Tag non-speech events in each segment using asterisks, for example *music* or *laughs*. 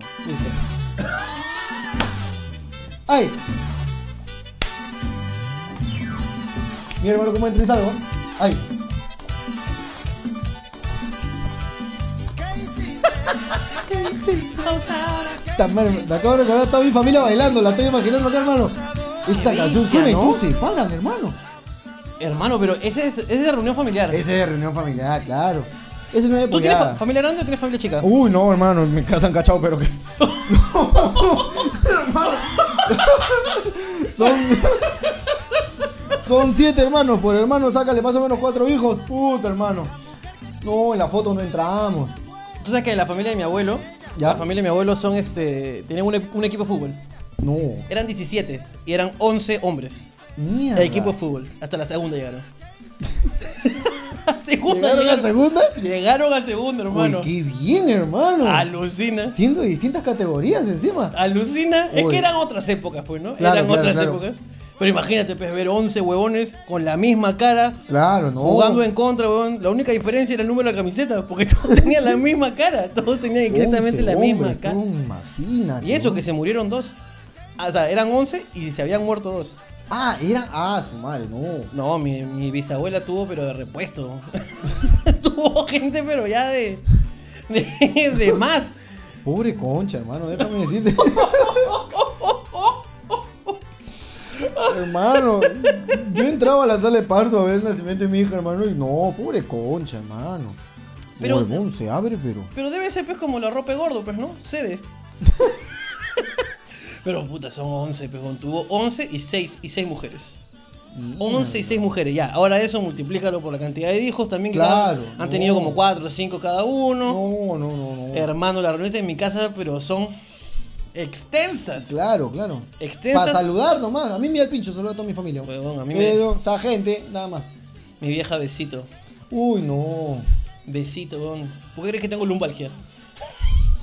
Listo. ¡Ay! Mi hermano, ¿cómo entres algo? ¡Ay! ¿Qué hicimos ahora? Tan mal, Me acabo de recordar a toda mi familia bailando, la estoy imaginando acá, hermano. Esa Qué canción bestia, suena y ¿no? tú se pagan, hermano. Hermano, pero ese es, ese es de reunión familiar. Esa es de reunión familiar, claro. Esa es una ¿Tú tienes fa- época. familia grande o tienes familia chica? Uy, no, hermano, en mi casa han cachado, pero que. *laughs* Son. Son siete hermanos. Por hermano, sácale más o menos cuatro hijos. Puta, hermano. No, en la foto no entramos. Tú sabes que la familia de mi abuelo, Ya. la familia de mi abuelo son este, tenían un, e- un equipo de fútbol. No. Eran 17 y eran 11 hombres. Mierda. El equipo de fútbol. Hasta la *laughs* segunda llegaron. *laughs* segunda ¿Llegaron a la segunda? Llegaron a segunda, hermano. Uy, qué bien, hermano. Alucina. Siendo de distintas categorías encima. Alucina. Es Uy. que eran otras épocas, pues, ¿no? Claro, eran claro, otras claro. épocas. Pero imagínate, pues, ver 11 huevones con la misma cara. Claro, no. Jugando en contra, huevón. La única diferencia era el número de la camiseta. Porque *laughs* todos tenían la misma cara. Todos tenían exactamente la misma cara. Imagínate. Y eso que se murieron dos. Ah, O sea, eran 11 y se habían muerto dos. Ah, era. Ah, su madre, no. No, mi, mi bisabuela tuvo, pero de repuesto. *laughs* tuvo gente, pero ya de. de, de más. Pobre concha, hermano, déjame *laughs* decirte. hermano, yo entraba a la sala de parto a ver el nacimiento de mi hija, hermano, y no, pobre concha, hermano. Pero- Pero se abre, pero. Pero debe ser, pues, como la ropa de gordo, pues, ¿no? Cede. *laughs* pero puta, son 11, pues, weón. tuvo 11 y 6 y 6 mujeres. 11 y 6 mujeres, ya. Ahora eso multiplícalo por la cantidad de hijos también que Claro, cada- han tenido no. como 4 o 5 cada uno. No, no, no, no. Hermano, las reuniones en mi casa, pero son extensas. Claro, claro. Extensas. Para saludar nomás. A mí me da el pincho, saludo a toda mi familia. Huevón, a mí me- Pero, esa gente, nada más. Mi vieja besito. Uy, no. Besito, weón. ¿Por qué crees que tengo lumbalgia?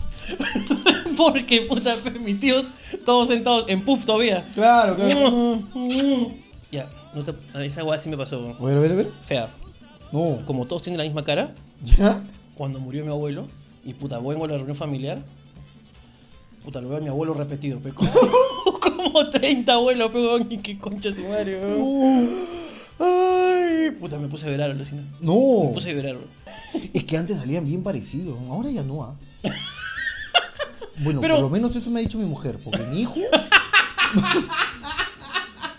*laughs* Porque, puta, pues, mis tíos, todos sentados en puff todavía. Claro, claro. *laughs* ya, no te- a esa weá sí me pasó, weón. A ver, a ver, a ver. Fea. *laughs* No. Como todos tienen la misma cara, ¿Ya? cuando murió mi abuelo, y puta, vengo a la reunión familiar, puta, lo veo a mi abuelo repetido, pe. *laughs* Como, como 30 abuelos, pe, weón, y qué concha tu madre, weón. Ay, puta, me puse a verar, alucina. No. Me puse a verar, weón. Es que antes salían bien parecidos, ahora ya *laughs* no. ¿ah? Bueno, Pero- por lo menos eso me ha dicho mi mujer, porque mi hijo.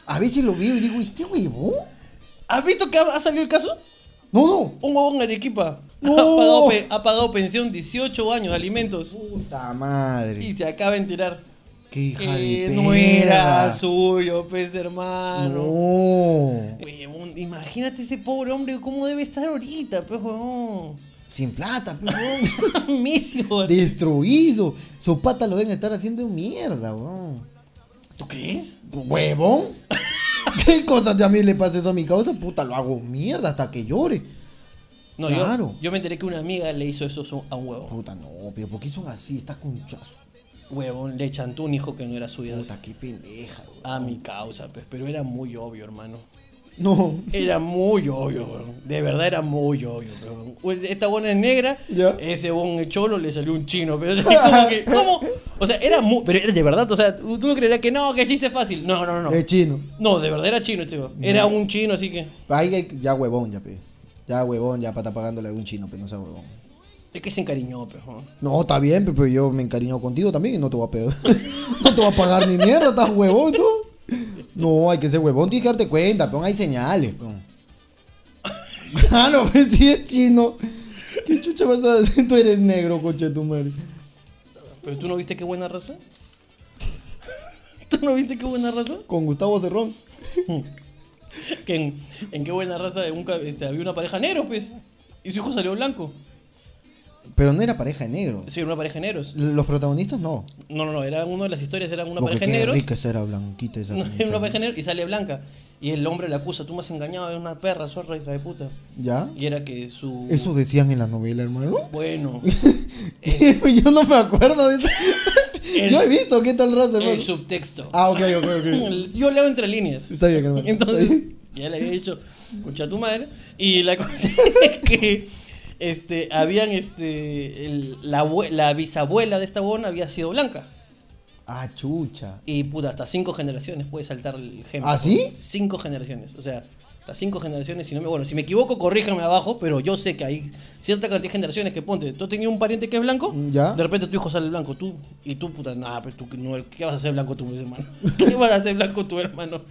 A veces lo veo y digo, ¿este huevón? ¿Has visto que ha ha salido el caso? No, no. Un huevón Arequipa. No. Ha, pagado, pe- ha pagado pensión 18 años de alimentos. Puta madre. Y se acaba de enterar Qué hija que de no era perra. suyo, pez hermano. No. Oye, un- imagínate ese pobre hombre cómo debe estar ahorita, pues huevón. *laughs* Sin plata, pe, huevón. Misio. Destruido. Su pata lo deben estar haciendo mierda, weón. ¿Tú crees? ¿Huevón? *laughs* ¿Qué cosa a mí le pasa eso a mi causa? Puta, lo hago mierda hasta que llore. No, Claro. yo, yo me enteré que una amiga le hizo eso a su- a un huevón. Puta, no, pero ¿por qué son así? Está conchazo. Huevón, le chantó un hijo que no era suyo. Puta, qué pendeja, güey. A mi causa, pues, pero era muy obvio, hermano. No. Era muy obvio, weón. De verdad era muy obvio, weón. Pues, Esta buena es negra, Ya. ese bon cholo le salió un chino, pero es *laughs* como que, ¿cómo? O sea, era muy. Pero era de verdad, o sea, tú no creerías que no, que chiste fácil. No, no, no. Es chino. No, de verdad era chino este weón. Era un chino, así que. Ahí hay- ya huevón, ya, pe. Ya huevón, ya para estar pagándole a un chino, pero no sea huevón. Es que se encariñó, pero. weón. No, está bien, pe, pero yo me encariño contigo también y no te voy a pegar. *laughs* no te voy a pagar ni mierda, estás huevón, tú. No, hay que ser huevón, tienes que darte cuenta, peón, hay señales, *laughs* Ah, peón. Claro, pe, si pues es chino. ¿Qué chucha vas a hacer? *laughs* Tú eres negro, coche tu madre. Pero tú no viste qué buena raza. *laughs* ¿Tú no viste qué buena raza? Con Gustavo Cerrón. Que en, en qué buena raza un cab- este, había una pareja negro, pues. Y su hijo salió blanco. Pero no era pareja de negro. Sí, era una pareja de negros. Los protagonistas no. No, no, no, era una de las historias, era una Porque pareja de qué negros. rica esa era blanquita esa. No, concha. es *laughs* una pareja negra y sale blanca. Y el hombre la acusa, tú me has engañado, es una perra, zorra, hija de puta. ¿Ya? Y era que su... Eso decían en la novela, hermano. *laughs* Bueno, Yo no me acuerdo de eso. El- Yo he visto qué tal raza, hermano. el subtexto. Ah, ok, ok, *laughs* ok. Yo leo entre líneas. Está bien, *laughs* hermano. *laughs* Entonces, ya le había dicho, escucha a tu madre. Y la cosa es que Este, habían, este, el- la, abue- la bisabuela de esta huevona había sido blanca. Ah, chucha. Y puta, hasta cinco generaciones puede saltar el gen. ¿Ah, sí? Cinco generaciones. O sea, hasta cinco generaciones. Si no me, bueno, si me equivoco, corríjame abajo, pero yo sé que hay cierta cantidad de generaciones que ponte. Tú tenías un pariente que es blanco, Ya. de repente tu hijo sale blanco, tú. Y tú, puta, nada, pero tú, no, ¿qué vas a hacer blanco tú, mi hermano? *laughs* ¿Qué vas a hacer blanco tú, hermano?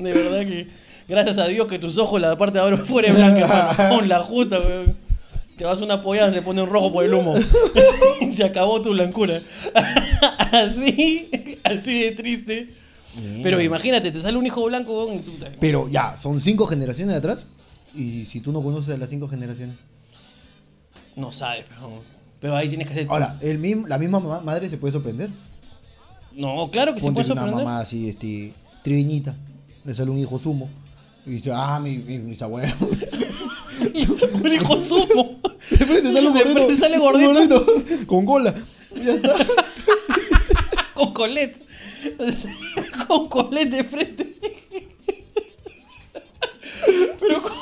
De verdad que, gracias a Dios que tus ojos, la parte de abajo fuera blanca, *laughs* hermano. Con la justa, weón. Te vas una pollada, se pone un rojo por *laughs* el humo. se acabó tu blancura. *laughs* así, así de triste. Pero imagínate, te sale un hijo blanco, weón, y tú. Pero ya, son cinco generaciones de atrás. Y si tú no conoces a las cinco generaciones. No sabes, pero, pero ahí tienes que hacer. Ahora, el mismo, la misma ma- madre se puede sorprender. No, claro que se Ponte puede que una sorprender. mamá así, este, triñita. Le sale un hijo sumo. Y dice, ah, mi, mi, mis abuelos. *laughs* *laughs* un hijo sumo. De frente sale un De gordito. frente sale gordito. un gordito, *laughs* Con cola. Ya está. Con Colette. Con Colette de frente. Pero con...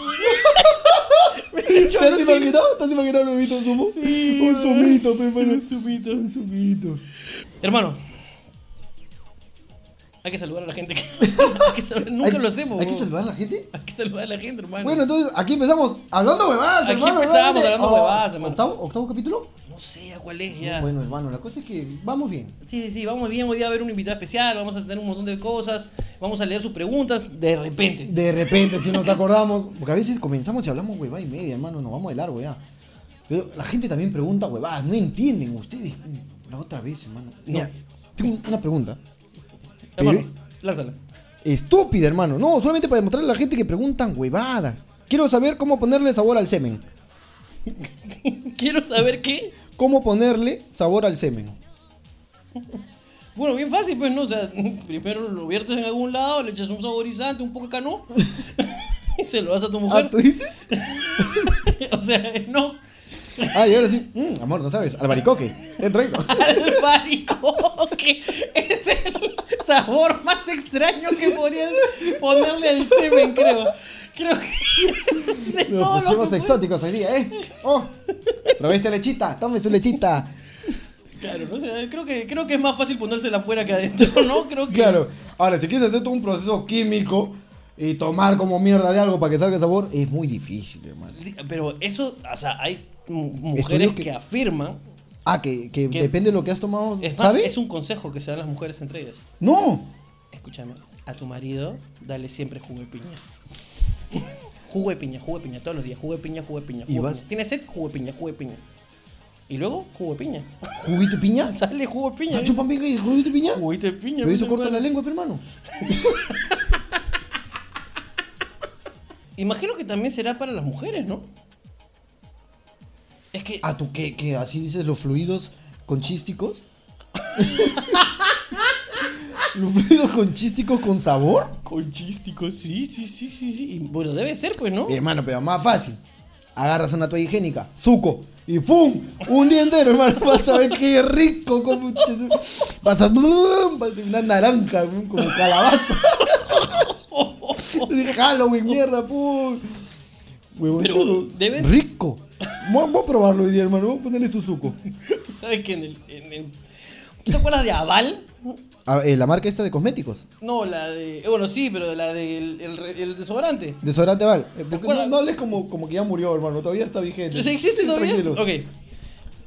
Me has dicho ¿Te has así. imaginado? ¿Te has imaginado un bebito sumo? Sí, un güey. sumito, pe, hermano. Un sumito. Un sumito. Hermano. Hay que saludar a la gente. Hay que saludar- Nunca Hay- lo hacemos. ¿Hay que weón. salvar a la gente? Hay que saludar a la gente, hermano. Bueno, entonces aquí empezamos hablando huevadas, Aquí hermano. empezamos nuevamente. hablando huevadas, hermano. ¿Octavo, octavo capítulo? no sé a cuál es ya. Bueno, hermano, la cosa es que vamos bien. Sí, sí, sí, vamos bien. Hoy día va a haber un invitado especial. Vamos a tener un montón de cosas. Vamos a leer sus preguntas de repente. De repente, si nos acordamos, porque a veces comenzamos y hablamos huevada y media, hermano, nos vamos de largo ya. Pero la gente también pregunta huevadas, no entienden ustedes. La otra vez, hermano. Mira, tengo una pregunta. Pero- Hermano, lánzala. *laughs* Estúpida, hermano. No, solamente para demostrarle a la gente que preguntan huevadas. Quiero saber cómo ponerle sabor al semen. Quiero saber qué. ¿Cómo ponerle sabor al semen? Bueno, bien fácil, pues, ¿no? O sea, *laughs* primero lo viertes en algún lado, le echas un saborizante, un poco de canú, *laughs* y se lo das a tu mujer. Ah, ¿tú dices? *laughs* o sea, no. Ah, y ahora sí. Mm, amor, no sabes. Albaricoque. Es *laughs* rico. Al *laughs* maricoque. Es el sabor más extraño que podrías ponerle al semen, creo. Creo que. *laughs* Nos De todo lo pusimos que exóticos hoy día, ¿eh? ¡Oh! Probé su lechita. Tome su lechita. puede- Claro, ¿no? O sea, creo que, creo que es más fácil ponérsela afuera que adentro, ¿no? Creo que. Claro. Ahora, si quieres hacer todo un proceso químico y tomar como mierda de algo para que salga sabor, es muy difícil, hermano. Pero eso, o sea, hay mu- Estudios mujeres que- que afirman Ah, que, que ¿Qué? depende de lo que has tomado. Es más, ¿Sabe? es un consejo que se dan las mujeres entre ellas. No. Escúchame, a tu marido dale siempre jugo de piña. Jugo de piña, jugo de piña, todos los días, jugo de piña, jugo de piña. ¿Y Jugo de vas? piña. ¿Tienes sed? Jugo de piña, jugo de piña. Y luego, jugo de piña. *laughs* ¿Juguito de piña? Sale jugo de piña. ¿No chupan piña y juguito de piña? Juguito de piña. Pero eso mi corta la hermano. lengua, pe, hermano. Imagino que también será para las mujeres, ¿no? Es que Ah, tú qué, qué, así dices los fluidos conchísticos. *laughs* ¿Los fluidos conchísticos con sabor? conchístico, sí, sí, sí, sí, sí. Y, bueno, debe ser, pues, ¿no? Mi hermano, pero más fácil. Agarras una toalla higiénica, suco y ¡pum! Un día entero, hermano. *laughs* Vas a ver qué rico. Como... Vas a. Vas a una naranja, como calabaza. *laughs* De Halloween, mierda, pum. Huevón, Pero, chulo. deben- Rico. Vamos a probarlo hoy día, hermano. Vamos a ponerle su suco. *laughs* Tú sabes que en el... En el... ¿Tú te acuerdas de Aval? Ah, eh, la marca esta de cosméticos. No, la de. eh, Bueno, sí, pero la del el, re- el desodorante. Desodorante Val. Eh, porque no, acuerdas? no hables como, como que ya murió, hermano. Todavía está vigente. ¿Sí ¿Existe todavía? Tranquilo. Ok.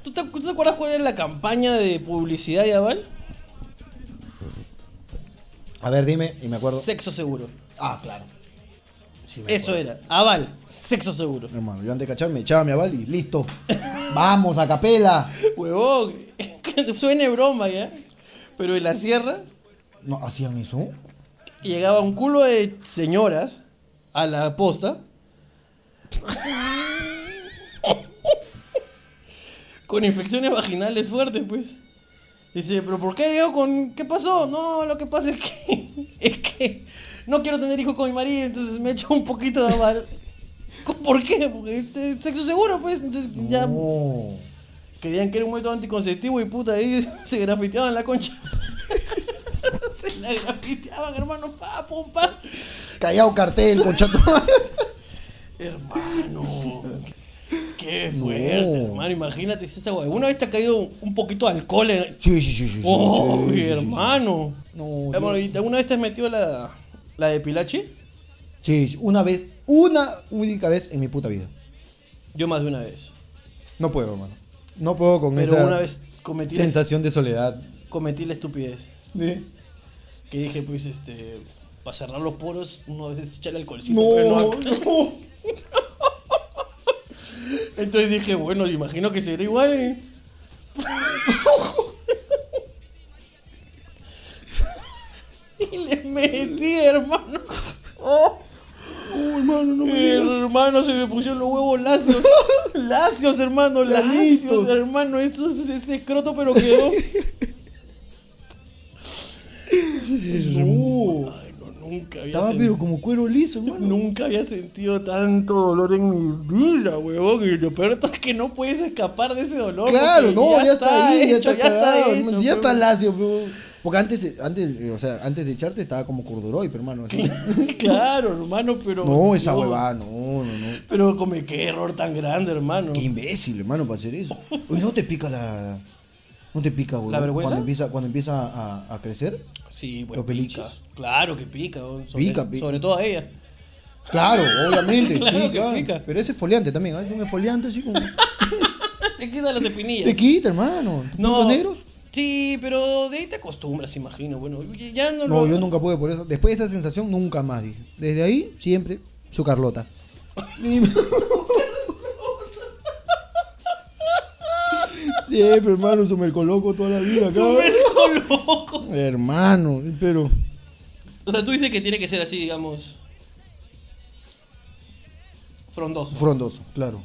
¿Tú te, tú te acuerdas cuál era la campaña de publicidad de Aval? A ver, dime, y me acuerdo. Sexo seguro. Ah, claro. Sí, me Eso era. Aval, sexo seguro. Hermano, yo antes de cacharme echaba mi aval y listo. Vamos, a capela. *laughs* Huevón. Suene broma ya. Pero en la sierra No, ¿hacían eso? llegaba un culo de señoras a la posta. con infecciones vaginales fuertes, pues. Dice, pero ¿por qué yo con qué pasó? No, lo que pasa es que *laughs* es que no quiero tener hijos con mi marido, entonces me echo un poquito de mal. *laughs* ¿Por qué? Porque es eh, sexo seguro, pues. Entonces ya No. Creían que era un método anticonceptivo y puta, ahí *laughs* se grafiteaban la concha. *laughs* se la grafiteaban, hermano, pa, pum, pa. Callao cartel, conchato. Hermano. Qué fuerte, No. hermano. Imagínate si esa hueá. ¿Una vez te ha caído un poquito de alcohol en. Sí, sí, sí, sí. sí, ¡Oh, sí, sí, sí. hermano! No, Hermano, ¿y alguna vez te has metido la, la de Pilachi? Sí, sí, una vez, una única vez en mi puta vida. Yo más de una vez. No puedo, hermano. No puedo con Pero esa una vez cometí la, sensación de soledad. cometí la estupidez. Que dije, pues, este. Para cerrar los poros, uno a veces echarle alcoholcito. pero no acá. *laughs* Entonces dije, bueno, imagino que será igual. ¿eh? *laughs* y le metí, hermano. Oh, hermano, no me Hermano, Eh, se me pusieron los huevos *laughs* lacios. lacios, hermano, lacios, Lacios. hermano. Eso es ese escroto, *laughs* pero quedó. No. Ay, no, nunca había Estaba sentido. pero como cuero liso, hermano. Nunca había sentido tanto dolor en mi vida, huevón. Y lo peor de todo es que no puedes escapar de ese dolor. Claro, porque no, ya, está ahí, ya hecho, está cagado, hecho, pues. hermano, ya está huevón. lacio, pero- Porque antes, antes, eh, o sea, antes de echarte estaba como corduroy, pero hermano. así. *laughs* claro, hermano, *laughs* pero. No, esa Dios, huevada, no, no, no. Pero come qué error tan grande, hermano. Qué imbécil, hermano, para hacer eso. Oye, no te pica la. No te pica, güey. ¿La vergüenza? Cuando empieza, cuando empieza a, a *laughs* crecer. Sí, bueno. ¿Los pica. peliches? Claro que pica, huevón, sobre, Pica, pica. Sobre todo a ella. *laughs* Claro, obviamente, Claro sí, que claro. pica. Pero ese esfoliante también, ¿eh? es un esfoliante así *laughs* como. Te quedan las espinillas. Te quita, hermano. ¿Puntos negros? Sí, pero de ahí te acostumbras, imagino. Bueno, ya no No, lo- *laughs* yo nunca pude por eso. Después de esa sensación, nunca más dije. Desde ahí, siempre, su Carlota. *laughs* siempre, hermano, su mercoloco toda la vida, Su cabrón. vergo loco. Hermano, pero. O sea, tú dices que tiene que ser así, digamos. Frondoso. Frondoso, claro.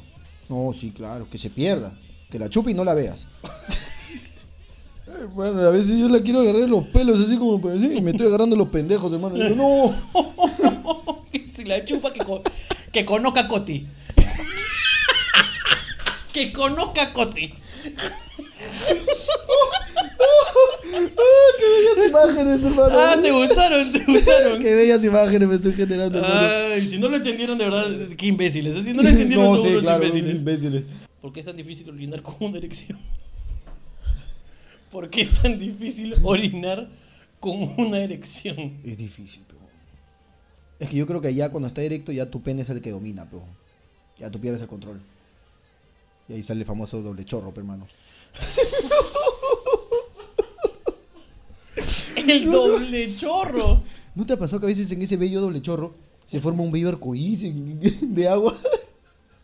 No, sí, claro, que se pierda. Que la chupe y no la veas. Hermano, a veces yo la quiero agarrar en los pelos así como para decir, y me estoy agarrando los pendejos, hermano. Y yo, *laughs* no. si la chupa, *laughs* que, co- que conozca a Coti. *laughs* que conozca a Coti. Qué bellas Ah, imágenes, hermano. Ah, te gustaron, te gustaron. Qué bellas imágenes me estoy generando, hermano. Ay, si no lo entendieron de verdad, qué imbéciles. Si Ah, no lo *laughs* entendieron, No, son sí, unos claro, imbéciles. imbéciles. ¿Por qué es tan difícil orinar con una erección? *laughs* ¿Por qué es tan difícil orinar con una erección? Es difícil, pero. Es que yo creo que ya cuando está directo, ya tu pene es el que domina, pero. Ya tú pierdes el control. Y ahí sale el famoso doble chorro, pe, hermano. El doble chorro. ¿No te ha pasado que a veces en ese bello doble chorro se forma un bello arcoíris en- *laughs* de agua?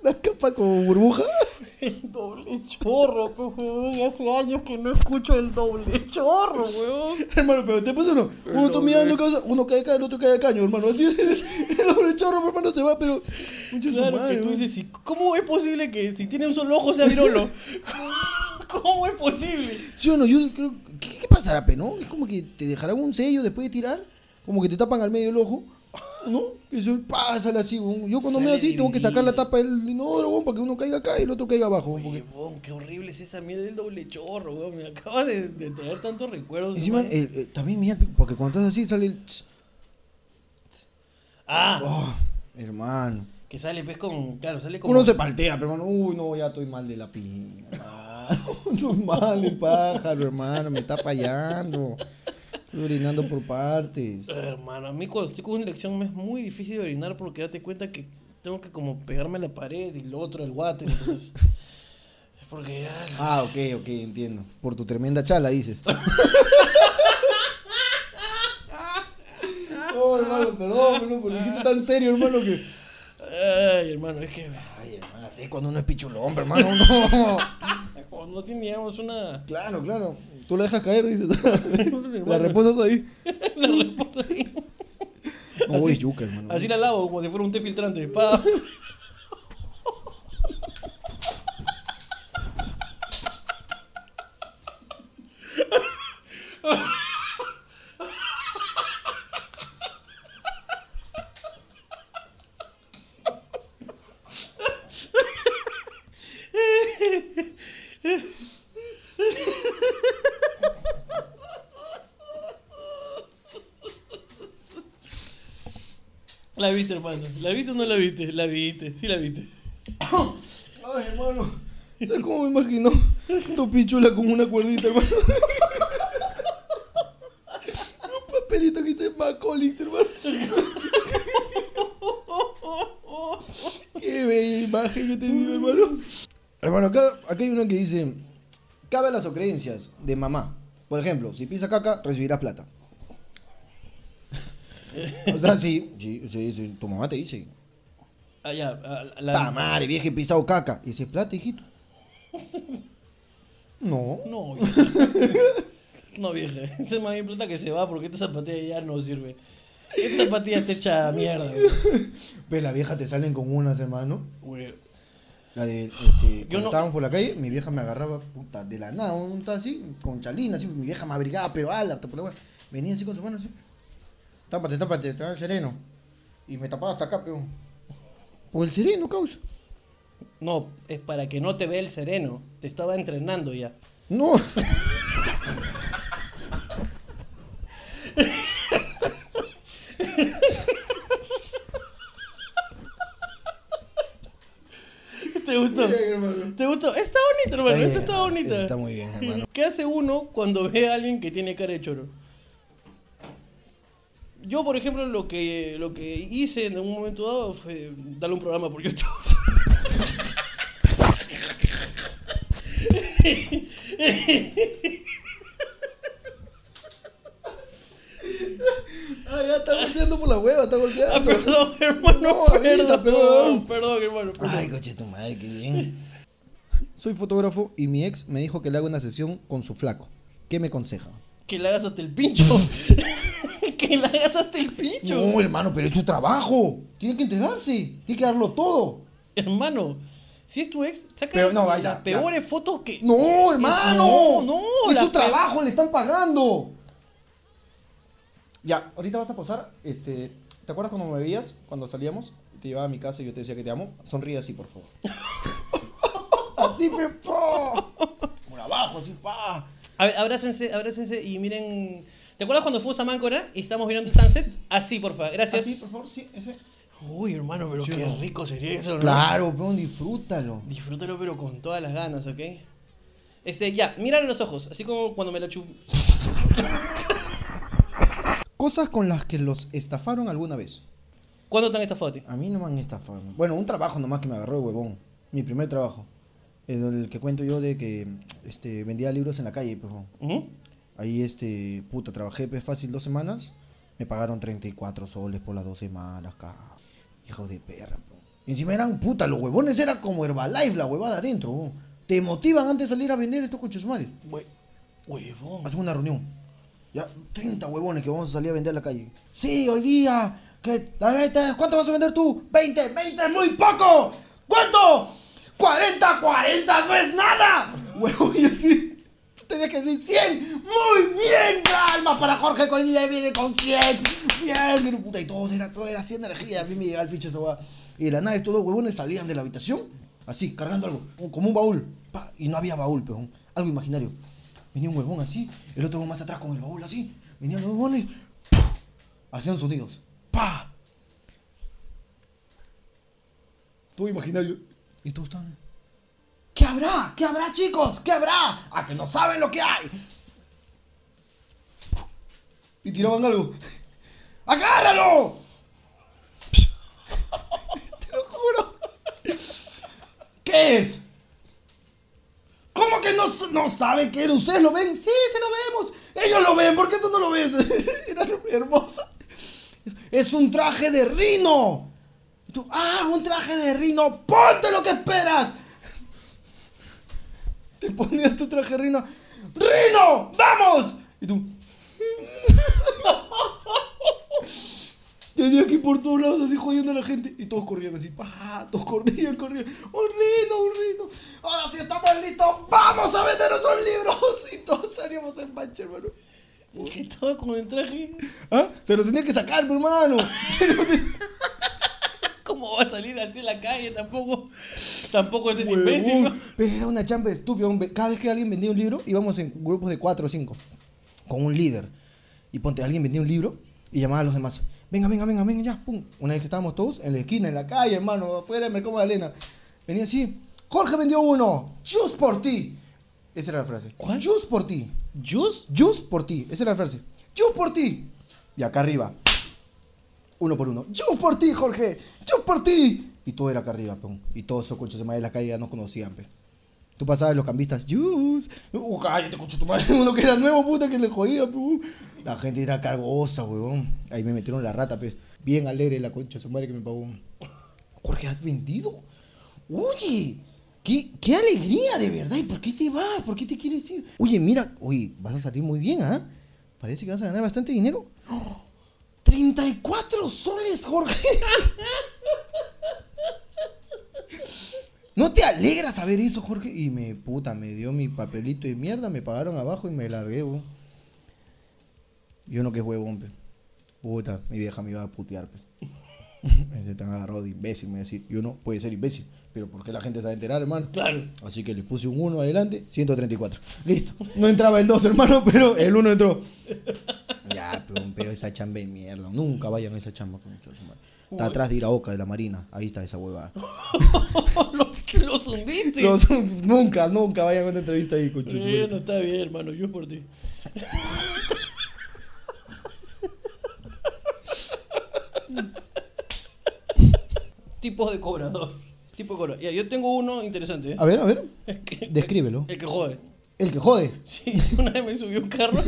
La capa como burbuja. *laughs* El doble chorro, pues, huevón. Hace años que no escucho el doble chorro, huevón. Hermano, pero te pasa o no. Uno está doble- mirando, causa- uno cae acá, el otro cae al caño, hermano. Así *laughs* es. El doble chorro, hermano, se va, pero. Mucho Claro que tú dices, "¿Y ¿cómo es posible que si tiene un solo ojo *laughs* sea virolo? *laughs* ¿Cómo es posible? Sí o no, yo creo. ¿Qué, qué pasará, pe, no? Es como que te dejarán un sello después de tirar, como que te tapan al medio el ojo, ¿no? Que se pásale así, weón. Yo cuando me Sale así tengo que sacar la dividido. tapa del inodoro, weón, para que uno caiga acá y el otro caiga abajo. weón, porque- Huevón, qué horrible es esa mierda del doble chorro, huevón. Me acaba de, de traer tantos recuerdos. Encima, eh, hermano. el- el- también mira, pe, porque cuando estás así sale el. tss. Ah, Oh, hermano. que sale, pues, con... Claro, sale como... Uno se paltea, pero hermano, uy, no, ya estoy mal de la piña. hermano. *laughs* Estoy mal el pájaro, hermano, me está fallando. Estoy orinando por partes. Eh, Hermano, a mí cuando estoy con una elección me es muy difícil de orinar porque date cuenta que tengo que como pegarme a la pared y lo otro al water. Entonces, *laughs* es porque ya... la- Ah, ok, ok, entiendo. Por tu tremenda chala, dices. oh, hermano, perdón, hermano, por dijiste tan serio, hermano, que... Ay, hermano, es que Ay, hermano, así cuando uno es pichulón, pero, hermano, no. cuando teníamos una... *laughs* Claro, claro. Tú la dejas caer, dices. *laughs* la Hermano. reposas ahí. la reposa ahí. No, Así- es yuca, hermano. Así la lavo como si fuera un té filtrante. Pa. *laughs* La viste, hermano. ¿La viste o no la viste? La viste, sí la viste. hermano. ¿Sabes cómo me imagino? Tu pichula con una cuerdita, hermano. Un papelito que dice Macaulay, hermano. Qué bella imagen que te digo, hermano. Hermano, acá, acá hay uno que dice: Cabe las ocurrencias de mamá. Por ejemplo, si pisas caca, recibirás plata. O sea, sí, sí, sí, sí, tu mamá te dice. Ah, ya, ah, la- Ta madre, vieja, he pisado caca. Y dices, plata, hijito. *laughs* No. No, vieja. *laughs* No, vieja. Esa es más bien plata que se va porque esta zapatilla ya no sirve. Esta zapatilla te echa mierda, Pero las viejas te salen con unas, hermano. güey. Güey. La de, este, Yo cuando no- estábamos por la calle, mi vieja me agarraba, puta, de la nada, un puta así, con chalina, así, mi vieja me abrigaba, pero ala, por la wea. Venía así con su mano, así. Tápate, tápate, está sereno. Y me tapaba hasta acá, pero. Por el sereno, causa. No, es para que no te vea el sereno. Te estaba entrenando ya. No. *laughs* ¿Te gustó? ¿Te gustó? Está bonito, hermano. Eso está bonito. Está Ah, muy *laughs* bien, hermano. ¿Qué hace uno cuando ve a alguien que tiene cara de choro? Yo, por ejemplo, lo que, lo que hice en un momento dado fue darle un programa por YouTube. Ah, ya está golpeando por la hueva, está *laughs* Ah, golpeando. perdón, hermano. No, avisa, perdón. perdón, perdón, perdón, hermano. perdón. Ay, coche tu madre, qué bien. Soy fotógrafo y mi ex me dijo que le haga una sesión con su flaco. ¿Qué me aconseja? Que la hagas hasta el pincho. *laughs* que la hagas hasta el pincho. No, hermano, pero es su trabajo. Tiene que entregarse. Tiene que darlo todo. Hermano, si es tu ex, saca Pero no, ahí las está, peores fotos que. No, hermano. No, no, Es la su pe- trabajo, le están pagando. Ya, ahorita vas a posar. Este, ¿Te acuerdas cuando me veías, cuando salíamos? Te llevaba a mi casa y yo te decía que te amo. Sonríe así, por favor. *laughs* así, pepo. Por abajo, así, pa. A ver, abrácense, abrácense y miren. ¿Te acuerdas cuando fuimos a Máncora y estábamos mirando el sunset? Así, porfa, gracias. Así, por favor, sí, ese. Uy, hermano, pero Sí, qué ¿no? rico sería eso, ¿no? Claro, peón, disfrútalo. Disfrútalo, pero con todas las ganas, ¿ok? Este, ya, mírale los ojos, así como cuando me la chup. Cosas con las que los estafaron alguna vez. ¿Cuándo te han estafado a ti? A mí no me han estafado. Bueno, un trabajo nomás que me agarró de huevón. Mi primer trabajo. El que cuento yo de que este, vendía libros en la calle, pues. huevón. Ujú. Ahí, este, puta, trabajé pues, fácil dos semanas. Me pagaron 34 soles por las dos semanas, ca. Hijo de perra, po. Encima eran puta, los huevones eran como Herbalife, la huevada adentro, huevón. Te motivan antes de salir a vender estos coches madres. Hue- Huevón. Hacemos una reunión. Ya, 30 huevones que vamos a salir a vender a la calle. Sí, hoy día. Que, la neta, ¿Cuánto vas a vender tú? 20, 20 es muy poco. ¿Cuánto? 40, 40 no es nada. *laughs* Huevón, y así. Tenía que decir 100. Muy bien, calma para Jorge que hoy día viene con 100. Bien, pero puta, y todos era, todo era así energía. A mí me llegaba el pinche esa hueá. Y de la nada, estos dos huevones salían de la habitación, así, cargando algo, como un baúl. Pa, y no había baúl, peón. Algo imaginario. Venía un huevón así, el otro huevón más atrás con el baúl así. Venían los dos huevones, ¡puf! hacían sonidos. ¡Pa! Todo imaginario. Y todos estaban. ¿Qué habrá? ¿Qué habrá, chicos? ¿Qué habrá? ¡A que no saben lo que hay! Y tiraban algo. ¡Agárralo! *laughs* Te lo juro. ¿Qué es? ¿Cómo que no, s- no saben qué es? ¿Ustedes lo ven? Sí, sí lo vemos. Ellos lo ven, ¿por qué tú no lo ves? *laughs* Era hermosa. Es un traje de rino. Y tú, ah, un traje de rino. Ponte lo que esperas. Te ponías tu traje de rino. ¡Rino! ¡Vamos! Y tú. Tenía que ir por todos lados así jodiendo a la gente. Y todos corrían así. pa, Todos corrían, corrían. ¡Un rino, un rino! Ahora sí estamos listos. ¡Vamos a vender esos libros! *laughs* Y todos salíamos en mancha, hermano. Que estaba con el traje. ¿Ah? Se lo tenía que sacar, mi hermano. ¿Cómo va a salir así en la calle? Tampoco. Tampoco este es Huevón. imbécil. ¿no? Pero era una chamba estúpida. hombre. Cada vez que alguien vendía un libro, íbamos en grupos de cuatro o cinco. Con un líder. Y ponte, alguien vendía un libro y llamaba a los demás. Venga, venga, venga, venga, ya. Pum. Una vez que estábamos todos en la esquina, en la calle, hermano, afuera del mercado de Elena. Venía así. Jorge vendió uno. Just por ti. Esa era la frase. ¿Cuál? Just por ti. ¿Juice? Just por ti. Esa era la frase. Just por ti. Y acá arriba. Uno por uno. Just por ti, Jorge. Just por ti. Y todo era acá arriba, peón. Y todos esos conchos de madre de la calle ya nos conocían, pe. Tú pasabas los cambistas. Just. Uh, cállate, concho tu madre. *laughs* Uno que era nuevo, puta, que le jodía, peón. La gente era cargosa, weón. Ahí me metieron la rata, pe. Bien alegre la concha de su madre que me pagó. Jorge, has vendido. Oye, qué, qué alegría de verdad. ¿Y por qué te vas? ¿Por qué te quieres ir? Oye, mira, oye, vas a salir muy bien, ¿ah? Parece que vas a ganar bastante dinero. ¡Oh! ¡34 soles, Jorge! ¿No te alegra saber eso, Jorge? Y me puta, me dio mi papelito de mierda, me pagaron abajo y me largué, bo. Yo no que es huevón, pe. Puta, mi vieja me iba a putear, pues. *laughs* Se están agarrado de imbécil, me decir. Y uno puede ser imbécil, pero ¿por qué la gente se va a enterar, hermano? *laughs* Claro. Así que le puse un 1 adelante, 134. Listo. No entraba el 2, hermano, pero el 1 entró. Ya, pero, pero esa chamba de mierda. Nunca vayan a esa chamba con mucho Está atrás de Iraoka, de la Marina. Ahí está esa *laughs* huevada. Oh, los, los hundiste. Los- *laughs* nunca, nunca vayan a una entrevista ahí, con Bueno, está bien, hermano. Yo por ti. *laughs* Tipos de cobrador. Tipo de cobrador. Ya, yo tengo uno interesante. ¿eh? A ver, a ver. El que- Descríbelo. El que jode. El que jode. Sí, *laughs* una vez me subió un carro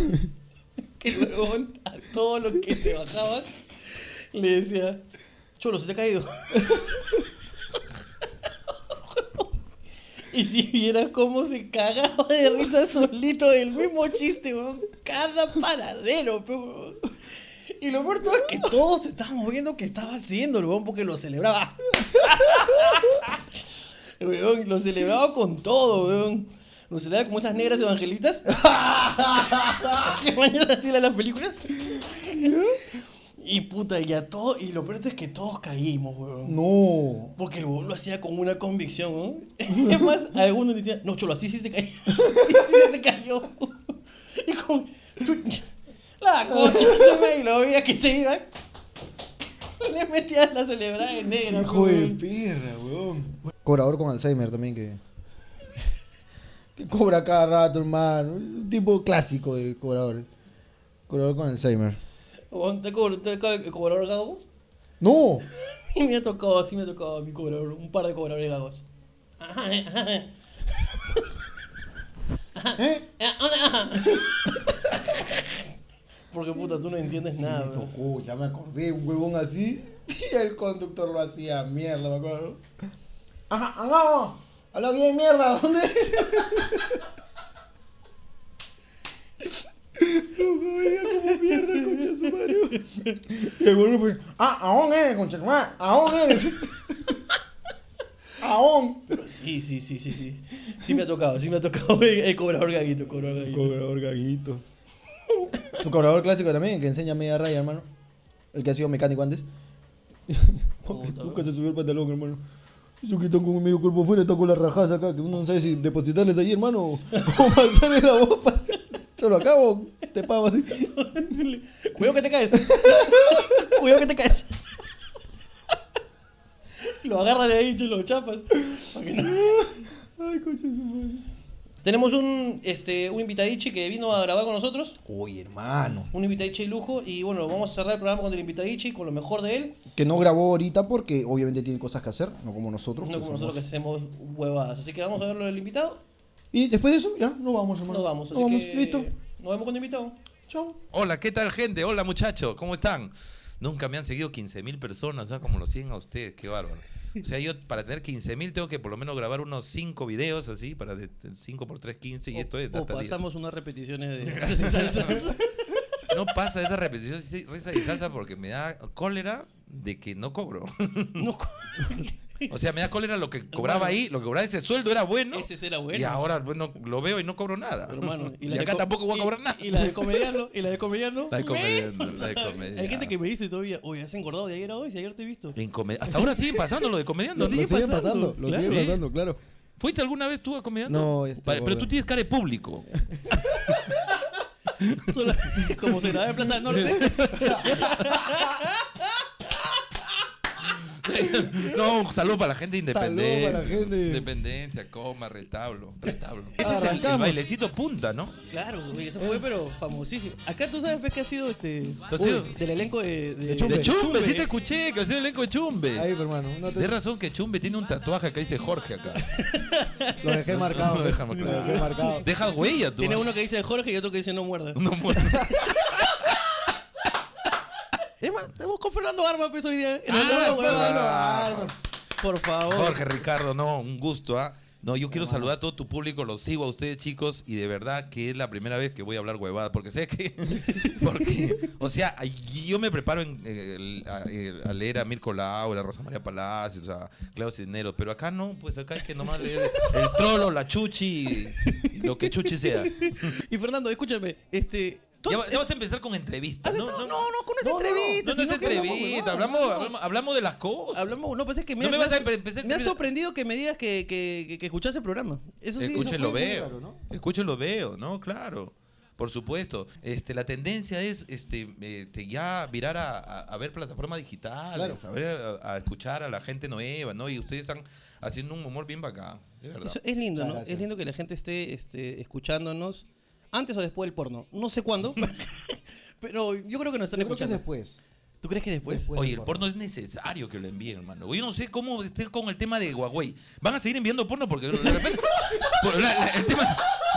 *laughs* que luego a todo lo que te bajaba le decía, Cholo, se te ha caído. Y si vieras cómo se cagaba de risa solito del mismo chiste, weón, cada paradero, pe, weón. Y lo peor de todo es que todos estábamos viendo que estaba haciendo el weón porque lo celebraba. *laughs* Weón, lo celebraba con todo, weón. Lo celebraba como esas negras evangelistas. *laughs* que mañana tiran las películas. Y puta, y a todo. Y lo peor es que todos caímos, weón. No. Porque el huevón lo hacía con una convicción, ¿no? *laughs* Es más, a algunos le decían, no, cholo, así sí te cayó. *laughs* Así sí te cayó. *laughs* Y con. chu- La concha *laughs* se me y lo veía que se iba. *laughs* Le metías la celebrada de negra, huevón. perra, weón. Cobrador con Alzheimer también que. *laughs* Que cobra cada rato, hermano. Un tipo clásico de cobrador. Cobrador con Alzheimer. Huevón, ¿Te cobro- te co- el cobrador gago? ¡No! *laughs* Y me ha tocado, sí me ha tocado mi cobrador, un par de cobradores gagos. Ajá, eh, ajá, eh. ¿Eh? Eh, ajá. *laughs* Porque puta, tú no entiendes nada, me weón. tocó, ya me acordé, un huevón así. *laughs* Y el conductor lo hacía mierda, me acuerdo. Ajá, ajá. Habla bien, mierda, ¿dónde? *laughs* Y el huevón fue, ah, aún eres, concha, tu madre, aún eres. *laughs* Aún. Sí, sí, sí, sí, sí. Sí me ha tocado, sí me ha tocado *laughs* el, el cobrador gaguito, el cobrador gaguito. *laughs* Cobrador gaguito. Tu cobrador clásico también, que enseña media raya, hermano. El que ha sido mecánico antes. *laughs* Puta, Nunca se subió el pantalón, hermano. Yo que están con medio cuerpo fuera, están con las rajadas acá, que uno no sabe si depositarles ahí, hermano, o pasarle la voz para... *laughs* Yo lo acabo, te pago así. Cuidado que te caes. *laughs* Cuidado que te caes. *laughs* Lo agarra de ahí y lo chapas. Pa' que no- Ay, coche su madre. Tenemos un, este, un invitadiche que vino a grabar con nosotros. Oye, hermano. Un invitadiche de lujo. Y bueno, vamos a cerrar el programa con el invitadiche, con lo mejor de él. Que no grabó ahorita porque obviamente tiene cosas que hacer, no como nosotros. No que como nosotros que somos- hacemos huevadas. Así que vamos a verlo del invitado. Y después de eso, ya, no vamos, hermano. Nos vamos. Así No vamos, que listo. Nos vemos con el invitado. Chao. Hola, ¿qué tal, gente? Hola, muchachos, ¿cómo están? Nunca me han seguido 15.000 personas, ¿sabes? Como lo siguen a ustedes, qué bárbaro. O sea, yo para tener 15.000 tengo que por lo menos grabar unos 5 videos así, para de 5 por 3, 15, y esto es o, o hasta 10. pasamos unas repeticiones de, *laughs* de salsas. No pasa esta repetición sí, risa y salsa porque me da cólera de que no cobro. No co- O sea, me da cólera lo que cobraba ahí, lo que cobraba ese sueldo era bueno. Ese era bueno. Y ahora pues, no- lo veo y no cobro nada. *laughs* hermano. Y, de acá co- tampoco voy y- a cobrar nada. Y la de comediano, y la de comediano. La de comediano, menos, la de ¿sabes? comediano. Hay gente que me dice todavía, oye, has engordado de ayer a hoy, si ayer te he visto. En come- Hasta ahora siguen pasando lo de comediante. Lo, sigue lo siguen pasando, pasando, lo claro. siguen Sí. pasando, claro. ¿Fuiste alguna vez tú a comediante? No, este, Pa- Pero gordo. tú tienes cara *laughs* de *laughs* público. *laughs* Solo- *laughs* como se graba en Plaza del Norte. no, un saludo para la gente de Saludo para la independencia. gente. Ah, Independencia, coma, retablo. Retablo. Ese es el- el, Arrancamos. bailecito punta, ¿no? Claro, güey, eso fue, pero famosísimo. Acá tú sabes pues, que ha sido este. has uy, sido? Del elenco de. De, Chumbe. De Chumbe, sí te escuché, que hacía el elenco de Chumbe. Ahí, hermano. No te- De razón que Chumbe tiene un tatuaje que dice Jorge acá. lo dejé *laughs* marcado. Lo dejé marcado. marcado. Deja huella tú. Tiene ¿ah? uno que dice Jorge y otro que dice no muerda. *laughs* No muere. Es más, estamos con Fernando Armas, pues hoy día. En Ah, alguna sí, huevada. Fernando Armas. Por favor. Jorge, Ricardo, no, un gusto, ¿ah? No, yo quiero saludar a todo tu público, los sigo a ustedes chicos y de verdad que es la primera vez que voy a hablar huevada, porque sé que, *laughs* porque, o sea, ay, yo me preparo en, eh, el- a, el- a leer a Mirko Laura, a Rosa María Palacios, a Claudio Cisneros, pero acá no, pues acá es que nomás leer el trolo, la chuchi, y lo que chuchi sea. Ya, *laughs* Y Fernando, escúchame, este. tú va- has- ya vas a empezar con entrevistas, has ¿no? estado- No, no, no, con esa No, no, entrevista. no, no es sino que hablamos, huevada. entrevista, hablamos, hablamos, hablamos de las cosas. Hablamos, no, pues es que me, No me me vas a ha- empezar- me ha sorprendido que me digas que, que, que, que escuchaste el programa. Eso sí, eso Escuchen, fue lo muy veo. raro, ¿no? Escuchen, lo veo, ¿no? Claro. Por supuesto. Este, la tendencia es este, este, ya virar a, a- a ver plataformas digitales, a, ver, a, a escuchar a la gente nueva, ¿no? Y ustedes están haciendo un humor bien bacán, de verdad. Eso es lindo, Muchas ¿no? gracias. Es lindo que la gente esté este, escuchándonos antes o después del porno. No sé cuándo, *laughs* pero yo creo que nos están Yo creo que es escuchando. después. ¿Tú crees que después? Después. Oye, el porno es necesario que lo envíen, hermano. Yo no sé cómo esté con el tema de Huawei. ¿Van a seguir enviando porno? Porque *laughs* de repente. por la- la- el tema.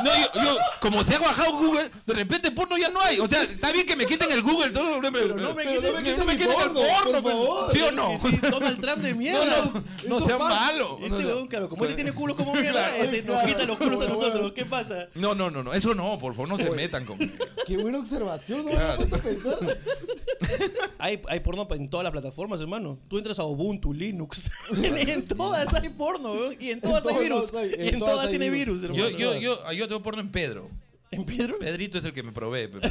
No, yo, yo, como se ha bajado Google, de repente porno ya no hay. O sea, está bien que me quiten el Google todo. Pero, no me pero quiten- no me quiten mi el porno, porno, por pues. favor. ¿Sí o no? *laughs* Sí, Donald Trump de mierda. *laughs* No, no, no Eso sea pasa. malo. Este No, no. huevón, claro, como él tiene culo como mierda, Claro. este, nos quita los culos a nosotros. ¿Qué pasa? No, no, no, no, eso no, por favor, no Pues, se *laughs* metan con. Qué buena observación, ¿no? Claro. Me he puesto a pensar. Hay, hay porno en todas las plataformas, hermano. Tú entras a Ubuntu, Linux. *laughs* en, en todas hay porno, weón. Y en todas En hay todas virus. hay- y en todas, hay tiene virus, virus. Yo, hermano. yo, yo, yo tengo porno en Pedro. ¿En Pedro? Pedrito es el que me provee. pe- pe-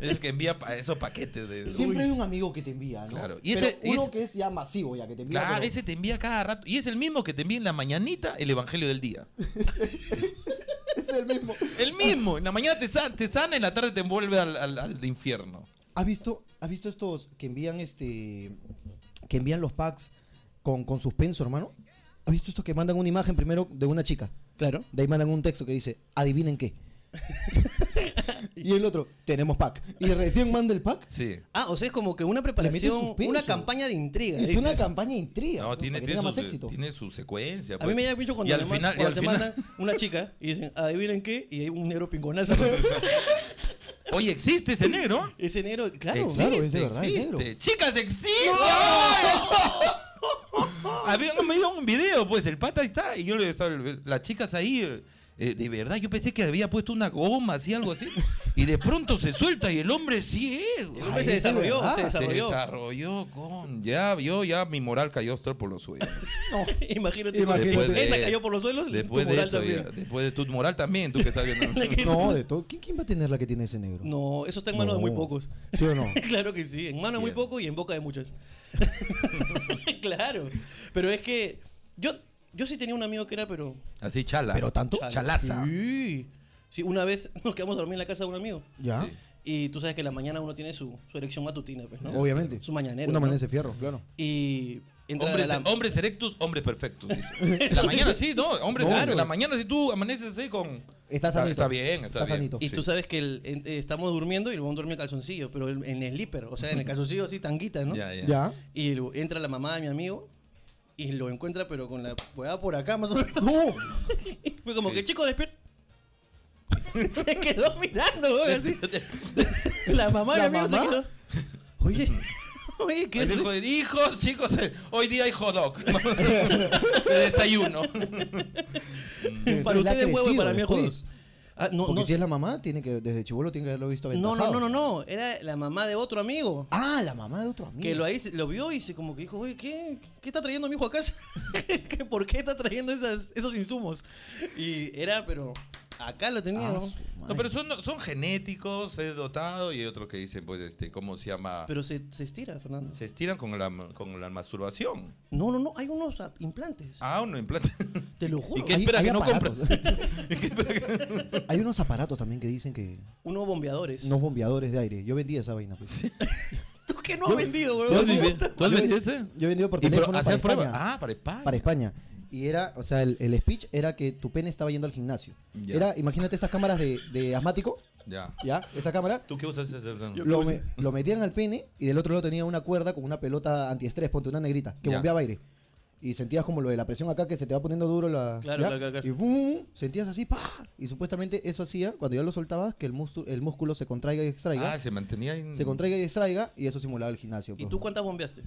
Es el que envía pa- esos paquetes de. Siempre hay un amigo que te envía, ¿no? Claro. Y Pero ese- y uno ese- que es ya masivo, ya que te envía. Claro, pero- ese te envía cada rato. Y es el mismo que te envía en la mañanita el Evangelio del Día. es el mismo. El mismo. En la mañana te, sa- te sana, en la tarde te envuelve al, al- al infierno. ¿Has visto, ¿Has visto estos que envían este. que envían los packs con, con suspenso, hermano? ¿Has visto estos que mandan una imagen primero de una chica? Claro. De ahí mandan un texto que dice, adivinen *laughs* qué. y el otro, tenemos pack. Y recién manda el pack. Sí. Ah, o sea, es como que una Le mete preparación, suspenso. una campaña de intriga. Es dices. una campaña de intriga. No, para tiene, que tiene, tenga su, más éxito. tiene su secuencia. A mí pues. me llega mucho cuando, y al te man- final, y cuando al te final- mandan una chica y dicen, adivinen qué, y hay un negro *laughs* pingonazo. Oye, existe ese negro. Ese negro, claro. Existe, claro, es de verdad, es existe. negro. Chicas, existe. *laughs* ¡No! Había me dio un video, pues el pata ahí está. Y yo le estaba- las chicas ahí, eh, de verdad, yo pensé que había puesto una goma, así, algo así. Y de pronto se suelta y el hombre sí es. El güey. hombre se Ay, es de desarrolló, verdad. se Se desarrolló. Se desarrolló con. Ya, yo, ya mi moral cayó hasta por los suelos. Imagínate. Imagínate. Después de- Esa cayó por los suelos. *laughs* Después tu de moral eso, también. ya, después de tu moral también, tú que *laughs* estás viendo. No, de todo. ¿Quién, quién va a tener la que tiene ese negro? No, eso está en manos de muy pocos. ¿Sí o no? *laughs* claro que sí, en mano muy Bien. poco y en boca de *laughs* muchos. *laughs* claro, pero es que yo, yo sí tenía un amigo que era, pero... Así chala. Pero tanto- Chalaza. Sí. Sí, una vez *laughs* nos quedamos a dormir en la casa de un amigo. ¿Ya? Sí. Y tú sabes que en la mañana uno tiene su, su erección matutina, pues, ¿no? Obviamente. Su mañanero. Una ¿no? manera de fierro, claro. Y entra Hombres, e- la... hombres erectus, hombres perfectos. dice. *laughs* En la mañana sí, ¿no? Hombres Claro. En la mañana si tú amaneces ahí con... Está sanito. Está bien, está, Está bien. sanito. Y Sí. tú sabes que el- en- eh, estamos durmiendo y el huevón duerme en calzoncillo, pero el- en el slipper, o sea, en el calzoncillo así tanguita, ¿no? Ya, ya. ¿Ya? Y el- entra la mamá de mi amigo y lo encuentra, pero con la hueá por acá, más o menos. Y *laughs* Fue como que chico despierta. *laughs* se quedó mirando, güey, *laughs* así. La mamá de ¿La mi amigo se mamá? quedó. *laughs* Oye, *laughs* oye, Ahí ¿qué? dijo, hijos, chicos, eh, hoy día hay *laughs* hot dog. De desayuno. Para Entonces, le ha ustedes huevo y crecido para mí el después. jodos. Ah, no, Porque no, si es la mamá, tiene que, desde chivolo tiene que haberlo visto no, no, aventajado. no, no, no, Era la mamá de otro amigo. Ah, la mamá de otro amigo. Que lo, ahí, se- lo vio y se como que dijo, oye, ¿qué, ¿qué está trayendo mi hijo a casa? *laughs* ¿Qué- ¿Por qué está trayendo esas, esos insumos? Y era, pero acá lo tenía. Ah, ¿no? su No, madre. pero son, son genéticos, es dotado y hay otros que dicen, pues, este, ¿cómo se llama? Pero se, se estira, Fernando. Se estiran con la, con la masturbación. No, no, no, hay unos ah, implantes. Ah, uno *laughs* implante. Te lo juro. ¿Y qué Hay- espera hay que no compres? aparatos. *laughs* Hay unos aparatos también que dicen que... Unos bombeadores. Unos bombeadores de aire. Yo vendía esa vaina. pues. *laughs* ¿Tú que no has vendido, ¿Tú has, weón? vivi- tú has Yo he- vendido ese? Yo he vendido por Y, pero, teléfono para ¿hacías prueba? España. Ah, para España. para España. Y era, o sea, el, el speech era que tu pene estaba yendo al gimnasio. Ya. Era, imagínate estas cámaras de, de asmático, Ya. ¿ya? Esta cámara. ¿Tú qué usas? ese- Ah, Lo, me- lo metían al pene y del otro lado tenía una cuerda con una pelota antiestrés, ponte una negrita, que Ya. bombeaba aire. Y sentías como lo de la presión acá que se te va poniendo duro la. Claro, ¿ya? claro, claro, claro. Y ¡bum! sentías así, ¡pa! Y supuestamente eso hacía, cuando ya lo soltabas, que el, músculo, el músculo se contraiga y extraiga. Ah, se mantenía en... Se contraiga y extraiga y eso simulaba el gimnasio. ¿Y pues. tú cuántas bombeaste?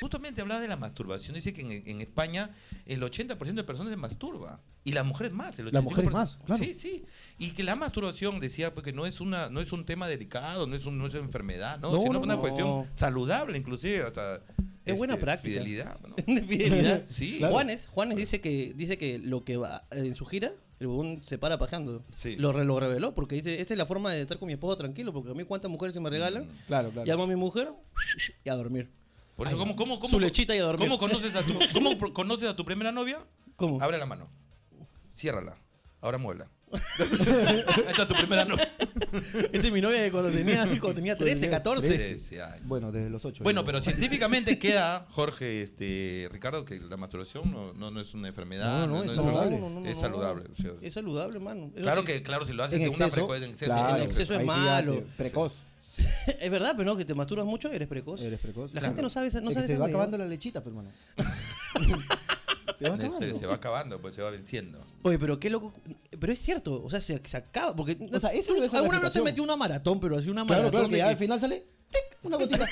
Justamente hablaba de la masturbación. Dice que en, en España el 80% de personas se masturba. Y las mujeres más. El Las mujeres 85%. más, claro. Sí, sí. Y que la masturbación, decía, pues, que no es, una, no es un tema delicado, no es, un- no es una enfermedad, ¿no? No, sino no, una no. cuestión saludable, inclusive. Hasta, es buena práctica. Fidelidad, *laughs* ¿no? De fidelidad. *laughs* Sí. Juanes, Juanes dice que dice que lo que va eh, en su gira, el huevón se para pajando. Sí. Lo, re- lo reveló porque dice, esta es la forma de estar con mi esposa tranquilo, porque a mí cuántas mujeres se me Mm. regalan. Claro, claro. Llamo a mi mujer y a dormir. Por eso, ¿cómo, cómo, cómo, Su lechita y a dormir. ¿cómo conoces *laughs* a tu, cómo pro- conoces a tu primera novia? ¿Cómo? *laughs* Abre la mano. Ciérrala. Ahora muévela. Ahí está tu primera novia. Esa es mi novia de cuando *laughs* tenía, cuando tenía 13, 14. 13 años. Bueno, desde los 8. Bueno, pero *laughs* científicamente queda, Jorge, este, Ricardo, que la masturbación no, no, no es una No, enfermedad. no, es una- saludable. es saludable. o sea, Es saludable, mano. Eso claro sí. que, claro, si lo haces en en, una exceso. frecuencia, en exceso. claro, en exceso es ahí sí ya malo. te- Precoz. es verdad, pero no, que te masturbas mucho, eres precoz. Eres precoz. La Claro. gente no sabe, esa- Es no que sabe se esa va medida. acabando la lechita, pero *laughs* hermano. se va Este, acabando. se va acabando, pues se va venciendo. Oye, pero qué loco. Pero es cierto, o sea, se, se acaba. Porque O sea, esa debe ser la alguna vez se explicación. metió una maratón, pero así una Claro, maratón. claro, que de ya que- al final sale ¡tic! una gotita.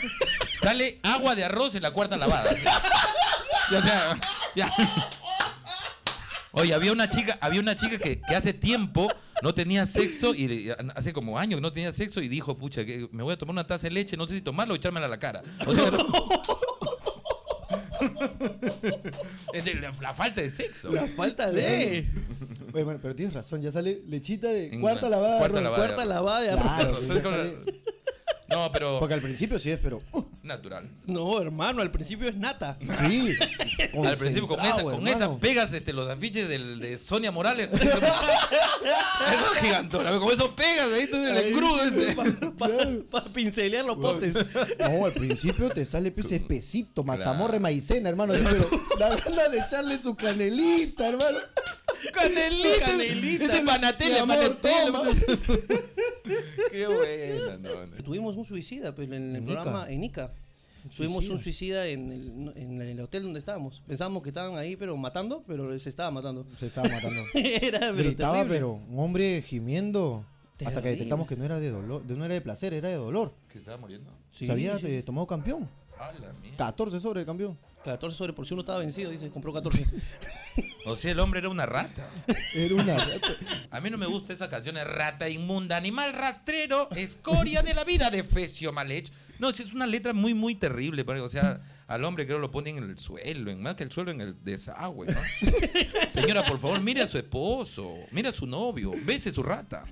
Sale agua de arroz en la cuarta lavada. ya sea, ya. Oye, había una chica, había una chica que, que hace tiempo no tenía sexo y y hace como años que no tenía sexo y dijo, pucha, que me voy a tomar una taza de leche, no sé si tomarla o echármela a la cara. *laughs* O sea, es de la, la falta de sexo. La falta de. Oye, bueno, pero tienes razón, ya sale lechita de En cuarta la- lavada. cuarta Ron. lavada. Cuarta lavada de arroz. Claro, Entonces, sí, ya como- sale. no, pero Porque al principio sí es, pero. uh, natural. No, hermano, al principio es *laughs* nata. sí. Al principio con esa, concentrado, con hermano. esas pegas este, los afiches del, de Sonia Morales. *laughs* Eso es gigantona, con eso pegas ahí tú en el crudo *laughs* ese. Para pincelear los potes. No, al principio te sale pez espesito, mazamorra Claro. y maicena, hermano. así, pero da ganas de echarle su canelita, hermano. Canelita, Canelita. Este es Mi panatele, amor, toma. panatele. *laughs* Qué buena, no, no. Tuvimos un suicida pero en el En programa Ica. en Ica. Tuvimos un suicida en el, en el hotel donde estábamos. Pensábamos que estaban ahí, pero matando, pero se estaba matando. *laughs* Se estaba matando. Era, pero Gritaba, terrible. pero un hombre gimiendo. Hasta que Terrible. detectamos que no era de dolor, de- no era de placer, era de dolor. Que estaba muriendo. Sí, Se había sí. eh, tomado campeón. A la mierda. 14 sobre de campeón. 14 sobre, por si uno estaba vencido, dice, *laughs* compró 14. O sea, el hombre era una rata. Era una. *laughs* A mí no me gusta esa canción de rata inmunda, animal rastrero, escoria de la vida de Fecio mal hecho. No, sí, es una letra muy, muy terrible. pero, O sea, al hombre creo lo ponen en el suelo, en más que el suelo, en el *laughs* desagüe. ¿no? Señora, por favor, mire a su esposo, mire a su novio, bese su rata.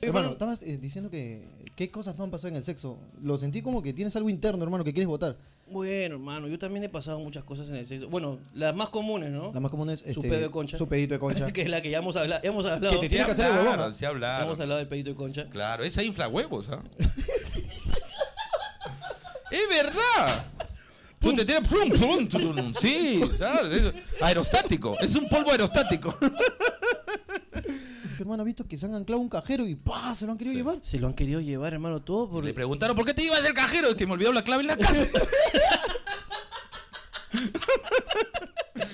hermano, estabas eh, diciendo que. ¿Qué cosas no han pasado en el sexo? Lo sentí como que tienes algo interno, hermano, que quieres votar. bueno, hermano, yo también he pasado muchas cosas en el sexo. Bueno, las más comunes, ¿no? La más común es. su este, pedo de concha. Su pedito de concha. *laughs* *laughs* que es la que ya hemos hablado. Hemos hablado. Que te tiene que hacer el hablaron, huevón, ¿ah? sí hablaron. Hemos hablado del pedito de concha. Claro, esa infla huevos, ¿ah? ¡Es verdad! Tú te tienes plum, plum, plum. Sí, ¿sabes? Es aerostático. Es un polvo aerostático. Tu hermano ha visto que se han anclado un cajero y ¡pa! Se lo han querido llevar. Se lo han querido llevar, hermano, todo por. Le preguntaron, ¿por qué te ibas del cajero? Es que me olvidó la clave en la *laughs* casa.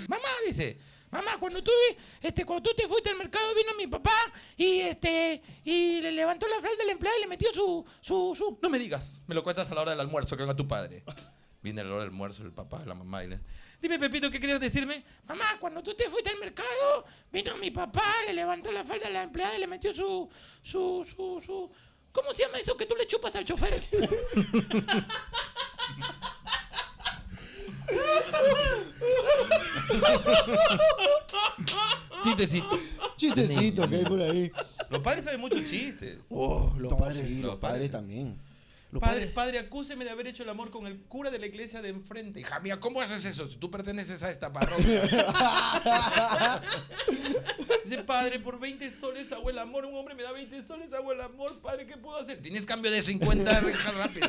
mamá dice, mamá, cuando tú, vi- este, cuando tú te fuiste al mercado vino mi papá y este y le levantó la falda al empleado y le metió su, su, su. No me digas, me lo cuentas a la hora del almuerzo que venga tu padre. Viene a la hora del almuerzo el papá, la mamá y le... Dime, Pepito, ¿qué querías decirme? Mamá, cuando tú te fuiste al mercado, vino mi papá, le levantó la falda a la empleada y le metió su, su, su, su... ¿Cómo se llama eso que tú le chupas al chofer? *laughs* Chistecitos. Chistecito que hay por ahí. Los padres saben muchos chistes. Oh, los sí, padres, los los padres padres sí. también. Los padre, padres- padre, acúseme de haber hecho el amor con el cura de la iglesia de enfrente. Hija mía, ¿cómo haces eso si tú perteneces a esta parroquia? Dice, padre, por 20 soles hago el amor. Un hombre me da 20 soles, hago el amor. Padre, ¿qué puedo hacer? Tienes cambio de 50, hija, rápido.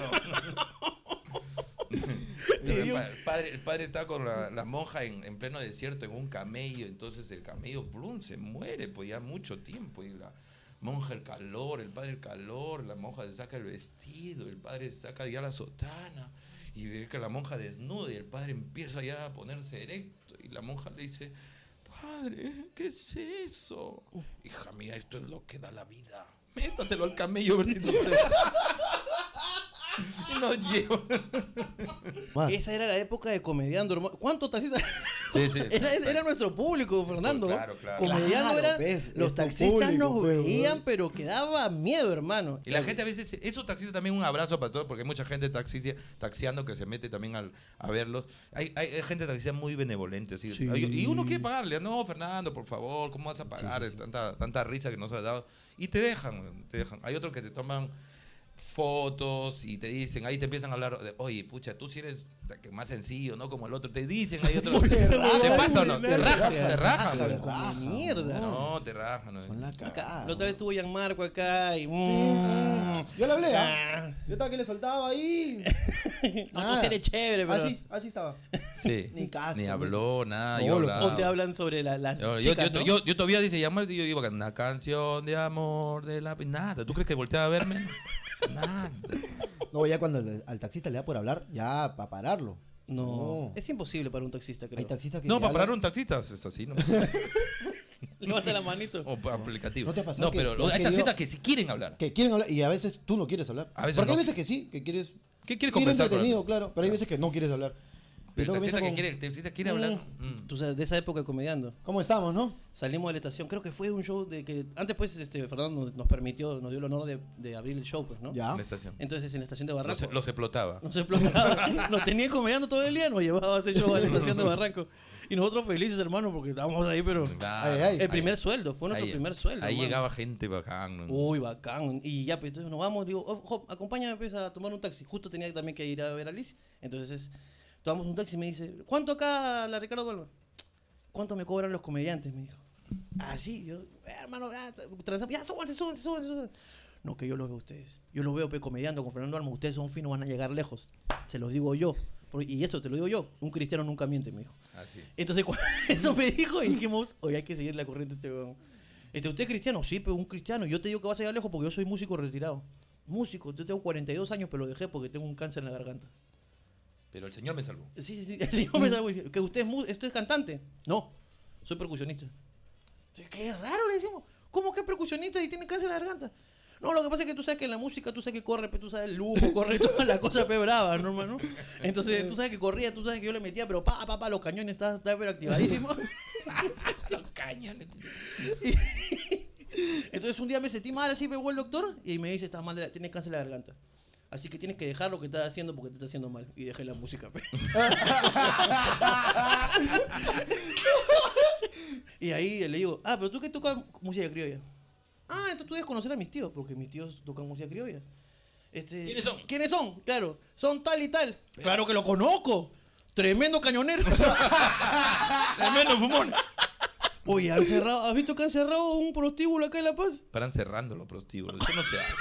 Entonces, dio- pa- padre- el padre está con la, la monja en, en pleno desierto, en un camello. Entonces el camello, plum, se muere, pues ya mucho tiempo. Y la monja, el calor, el padre, el calor. La monja se saca el vestido, el padre se saca ya la sotana. Y ve que la monja desnuda y el padre empieza ya a ponerse erecto. Y la monja le dice, padre, ¿qué es eso? Hija mía, esto es lo que da la vida. Métaselo al camello a ver si *laughs* no se... Y nos lleva. Más. Esa era la época de comediando, hermano. ¿Cuántos taxistas? Sí, *laughs* sí. *laughs* Era, era nuestro público, Fernando. ¿no? Claro, claro. Comediando Claro, era. ves, los nuestro taxistas nos público, pues, veían, weón. pero que daba miedo, hermano. Y la gente a veces, esos taxistas también un abrazo para todos, porque hay mucha gente taxi, taxiando que se mete también al, a verlos. Hay, hay, hay gente taxista muy benevolente, así. Sí. Y uno quiere pagarle, no, Fernando, por favor, ¿cómo vas a pagar Tanta, tanta risa que nos has dado? Y te dejan, te dejan. Hay otros que te toman fotos y te dicen, ahí te empiezan a hablar de, oye, pucha, tú sí eres la que más sencillo, ¿no? Como el otro, te dicen, hay otros, te, pasa o no, te rajan, te rajan. Rajan, güey. como mierda. No, te rajan. güey. Con la Acá, cagada. la otra vez tuvo Gianmarco acá y. Mm. mm. Yo le hablé, ¿ah? Ah. Yo estaba que le soltaba *laughs* ahí. Ah. No, tú sí eres chévere, pero. Así, así estaba. Sí. Ni caso, Ni no habló, nada. yo o hablaba. te hablan sobre la- las. Yo, yo- chicas, yo- ¿no? yo- yo todavía dice llamar y yo iba a cantar una canción de amor de la nada. ¿Tú crees que volteaba a verme? nada. No, ya cuando le- al taxista le da por hablar, ya para pararlo. No. Es imposible para un taxista, creo. Hay taxistas que. No, te para hablan- parar un taxista es así, ¿no? *laughs* Levanta la manito. O pa- aplicativo. ¿No te ha pasado No, que- pero que han hay taxistas querido- que sí quieren hablar. Que quieren hablar y a veces tú no quieres hablar. A veces Porque no. hay veces que sí, que quieres. Que quiere ir conversar con entretenido, alguien. claro. Pero hay veces que no quieres hablar. Y Pero todo el taxista comienza que con, quiere, el taxista quiere hablar. mm. Tú sabes, de esa época de comediando. ¿Cómo estamos, no? Salimos de la estación, creo que fue un show de que antes pues este Fernando nos, nos permitió, nos dio el honor de, de abrir el show, pues, ¿no? Ya. La estación. Entonces en la estación de Los, Barranco. los explotaba. Nos explotaba, *laughs* nos tenía comediando todo el día, nos llevaba a ese show a la estación de Barranco. Y nosotros felices, hermano, porque estábamos ahí, pero Claro. Ay, ay. el primer sueldo, fue nuestro Ahí- primer sueldo. Oh. Ahí hermano. llegaba gente bacán. ¿no? Uy, bacán. Y ya, pues entonces nos vamos, digo, "Oh, Job, acompáñame pues, a tomar un taxi. Justo tenía también que ir a ver a Liz. Entonces, tomamos un taxi y me dice, ¿cuánto acá la Ricardo Balba? ¿Cuánto me cobran los comediantes? Me dijo. Así, yo, "Eh, hermano, ya, transa- ya, súbanse, súbanse, súbanse, súbanse". No, que yo los veo a ustedes. Yo los veo pues, comediando con Fernando Almo. Ustedes son finos, van a llegar lejos. Se los digo yo. Por- Y eso te lo digo yo. Un cristiano nunca miente, me dijo. Así. Entonces, cu- *laughs* eso me dijo y dijimos, oye, hay que seguir la corriente a este weón. Este, ¿usted es cristiano? Sí, pero un cristiano. Yo te digo que vas a llegar lejos porque yo soy músico retirado. Músico, yo tengo 42 años, pero lo dejé porque tengo un cáncer en la garganta. Pero el señor me salvó. Sí, *laughs* sí, sí. sí, yo me salgo y digo, ¿Que usted es, mu- usted es cantante? No, soy percusionista. Entonces, qué raro le decimos. ¿Cómo que es percusionista y tiene cáncer en la garganta? No, lo que pasa es que tú sabes que en la música, tú sabes que corre, pe, tú sabes el lujo, *laughs* corre toda la cosa pe brava, ¿no, hermano? Entonces, tú sabes que corría, tú sabes que yo le metía, pero pa, pa, pa, los cañones, estaba, estaba pero activadísimo. *laughs* los cañones. *laughs* Entonces un día me sentí mal, así me voy al doctor y me dice, estás mal, de la- tienes cáncer en la garganta. Así que tienes que dejar lo que estás haciendo porque te está haciendo mal. Y dejé la música. pe. y ahí le digo, ah, pero tú que tocas música criolla. Ah, entonces tú debes conocer a mis tíos, porque mis tíos tocan música criolla. Este, ¿Quiénes son? ¿Quiénes son? Claro, son tal y tal. Claro que lo conozco. Tremendo *laughs* cañonero. Tremendo fumón. Oye, han cerrado, ¿has visto que han cerrado un prostíbulo acá en La Paz? Paran cerrando los prostíbulos. Eso no se hace.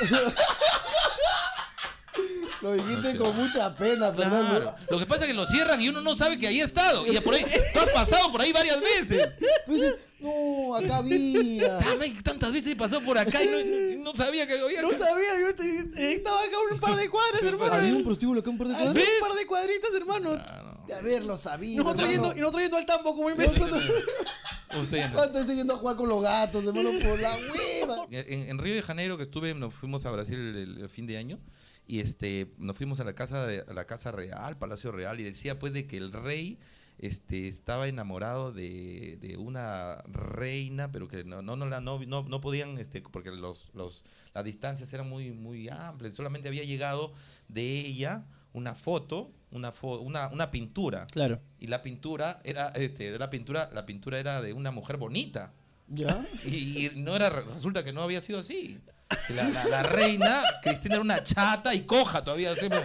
Lo dijiste sé. con mucha pena, Claro. Fernando. Lo que pasa es que lo cierran y uno no sabe que ahí ha estado. Y por ahí, tú has pasado por ahí varias veces. Tú dices, no, acá *laughs* había. Ay, Ah, tantas veces he pasado por acá y no, y no sabía que había. No sabía, yo te- estaba acá un par de cuadras, hermano. Había un prostíbulo acá un par de Había cuadras. un par de cuadritas, hermano. De haberlo sabido. Y no trayendo, y hermano. no trayendo al tambo como imbécil. Usted ya no. ¿Cuánto estoy yendo a jugar con los gatos, hermano? Por la hueva. En, en Río de Janeiro que estuve, nos fuimos a Brasil el, el fin de año y este, nos fuimos a la casa de, a la casa real, Palacio Real y decía pues de que el rey este, estaba enamorado de, de una reina, pero que no no no la no, no, no podían este porque los, los las distancias eran muy muy amplias, solamente había llegado de ella una foto, una fo- una, una pintura. Claro. Y la pintura era este, era la pintura, la pintura era de una mujer bonita. ¿Ya? Y, y no era, resulta que no había sido así. La, la- la reina, Cristina era una chata y coja todavía. así, pero-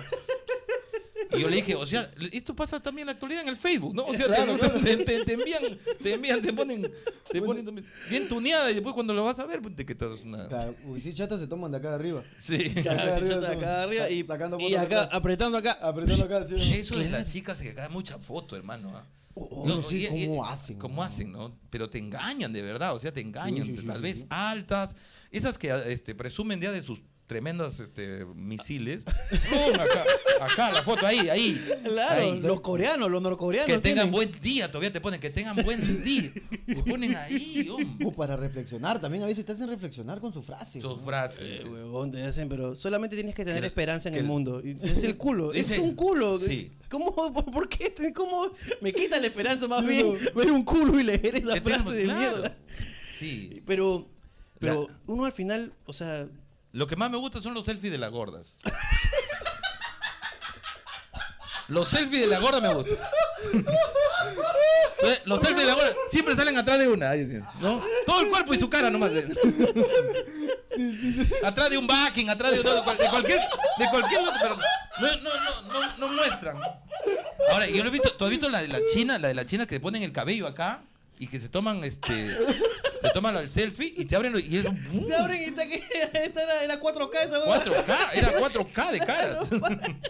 Y yo le dije, o sea, esto pasa también en la actualidad en el Facebook, ¿no? O sea, te- te, te- te envían, te envían, te ponen, te ponen bien tuneada y después cuando lo vas a ver, pues, te que todo es una... Claro, uy, sí, chatas se toman de acá de arriba. Sí. Acá Claro, arriba, chata, acá arriba y, sacando y fotos acá, atrás. Ah, apretando acá. Apretando acá, sí. Pues Eso de las chicas se cae mucha foto, hermano. ¿ah? Oh, no sé cómo hacen, cómo ¿no? hacen, ¿no? Pero te engañan de verdad, o sea, te engañan. Sí, sí, sí, las sí, ves sí. altas, esas que este, presumen ya de sus tremendas este, *laughs* misiles. ¡Pum! Acá, acá, la foto, ahí, ahí. Claro, ahí. los coreanos, los norcoreanos. Que tengan tienen- buen día, todavía te ponen, que tengan buen día. Te ponen ahí, hombre. O Uh, *laughs* para reflexionar, también a veces te hacen reflexionar con su frase. Sus ¿no? frases. Eh, huevón, te hacen, pero solamente tienes que tener Que- esperanza en que- el mundo. Y Es el *laughs* culo, es, Ese- un culo. sí. ¿Cómo? ¿Por, por qué? te- ¿Cómo? Me quita la esperanza más bien ver un culo y leer esa Que frase tengan- de claro. mierda. Sí. Pero, pero La- uno al final, o sea, Lo que más me gusta son los selfies de las gordas. Los selfies de la gorda me gustan. Entonces, Los selfies de la gorda siempre salen atrás de una. ahí, ¿no? Todo el cuerpo y su cara nomás. eh. Atrás de un backing, atrás de, otro, de cual- de cualquier. De cualquier lo- pero no, no, no, no, no muestran. Ahora, yo lo he visto. ¿Tú has visto la de la China? La de la China que ponen el cabello acá y que se toman este. Se toman el selfie y te abren lo- y es un. se abren y está que esta era, era 4K esa huevada. 4K, *laughs* era 4K de caras.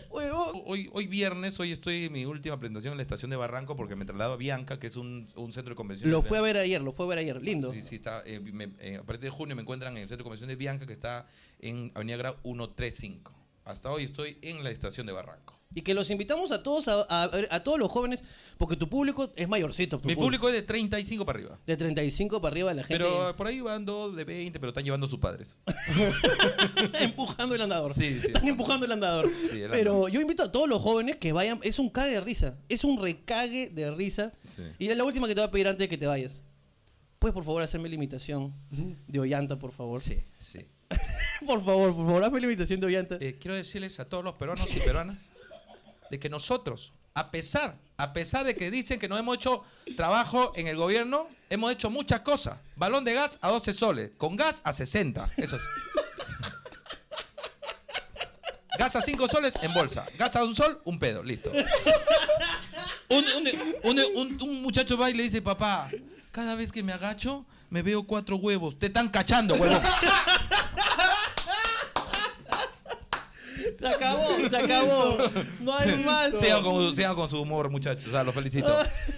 Huevón. Hoy, hoy viernes, hoy estoy en mi última presentación en la estación de Barranco porque me trasladaba a Bianca, que es un, un centro de convenciones. Lo fue a ver ayer, lo fue a ver ayer, lindo. Sí, sí, está. eh, me- eh, a partir de junio me encuentran en el centro de convenciones de Bianca, que está en Avenida Grau 135. Hasta hoy estoy en la estación de Barranco. Y que los invitamos a todos, a, a- a todos los jóvenes, porque tu público es mayorcito. tu Mi público es de 35 para arriba. De 35 para arriba la gente Pero por ahí van dos de 20, pero están llevando sus padres. *laughs* empujando el andador. Sí, sí. Están empujando el andador. Sí, el Pero andador. yo invito a todos los jóvenes que vayan. Es un cague de risa. Es un recague de risa. Sí. Y es la última que te voy a pedir antes de que te vayas. Puedes, por favor, hacerme la imitación de Ollanta, por favor. Sí, sí. *laughs* Por favor, por favor, hazme la imitación de Ollanta. Eh, quiero decirles a todos los peruanos y peruanas de que nosotros, a pesar, a pesar de que dicen que no hemos hecho trabajo en el gobierno, hemos hecho muchas cosas. Balón de gas a 12 soles, con gas a 60. Eso es. Gas a 5 soles en bolsa. Gas a un sol, un pedo. Listo. Un, un- un- un- un muchacho va y le dice, papá, cada vez que me agacho, me veo cuatro huevos. Te están cachando, huevón. Se acabó, se *laughs* acabó. No hay más. Sigan con, sigan con su humor, muchachos. O sea, los felicito.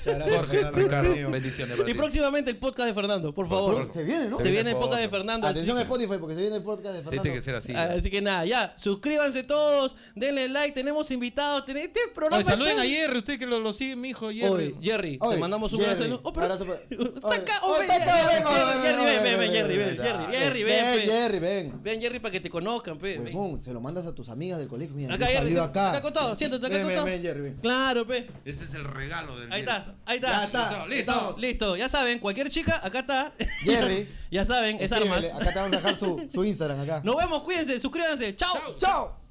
gracias, Jorge, Fernando. Ricardo, bendiciones. para Y ti. próximamente el podcast de Fernando, por favor. Se viene, ¿no? Se viene el podcast de Fernando. así Atención a Spotify porque se viene el podcast de Fernando. Tiene que ser así. Ah, Así que nada, ya, suscríbanse todos, denle like, tenemos invitados, ten- este programa. Oye, saluden está- a Jerry, usted que lo, lo sigue, mi hijo Jerry. Oye, Jerry, te Oye, mandamos un Jerry, abrazo. ¿no? Oh, pero abrazo para- *laughs* está Oye, acá, oye, oh, ven, está acá, ven, oye, Jerry, oye, ven, oye, ven, ven, oye, Jerry, ven, oye, Jerry, oye, Jerry, ven, ven, pues. ven. Jerry, ven. Ven, Jerry, para que te conozcan, pe, ven. Huevón, se lo mandas a tus amigas del colegio. Mira, Acá, yo he Jerry, salido acá. acá. acá contado, siéntate acá Ven, ven, contado. ven, Jerry, ven. Claro, pe. Ese es el regalo del Ahí día. está, ahí está. Ya está, listo. estamos. Listo, ya saben, cualquier chica, acá está. Jerry. *laughs* ya saben, es Escríbele, armas. Acá te vamos a dejar su, su Instagram acá. Nos vemos, cuídense, suscríbanse. Chao. ¡Chao!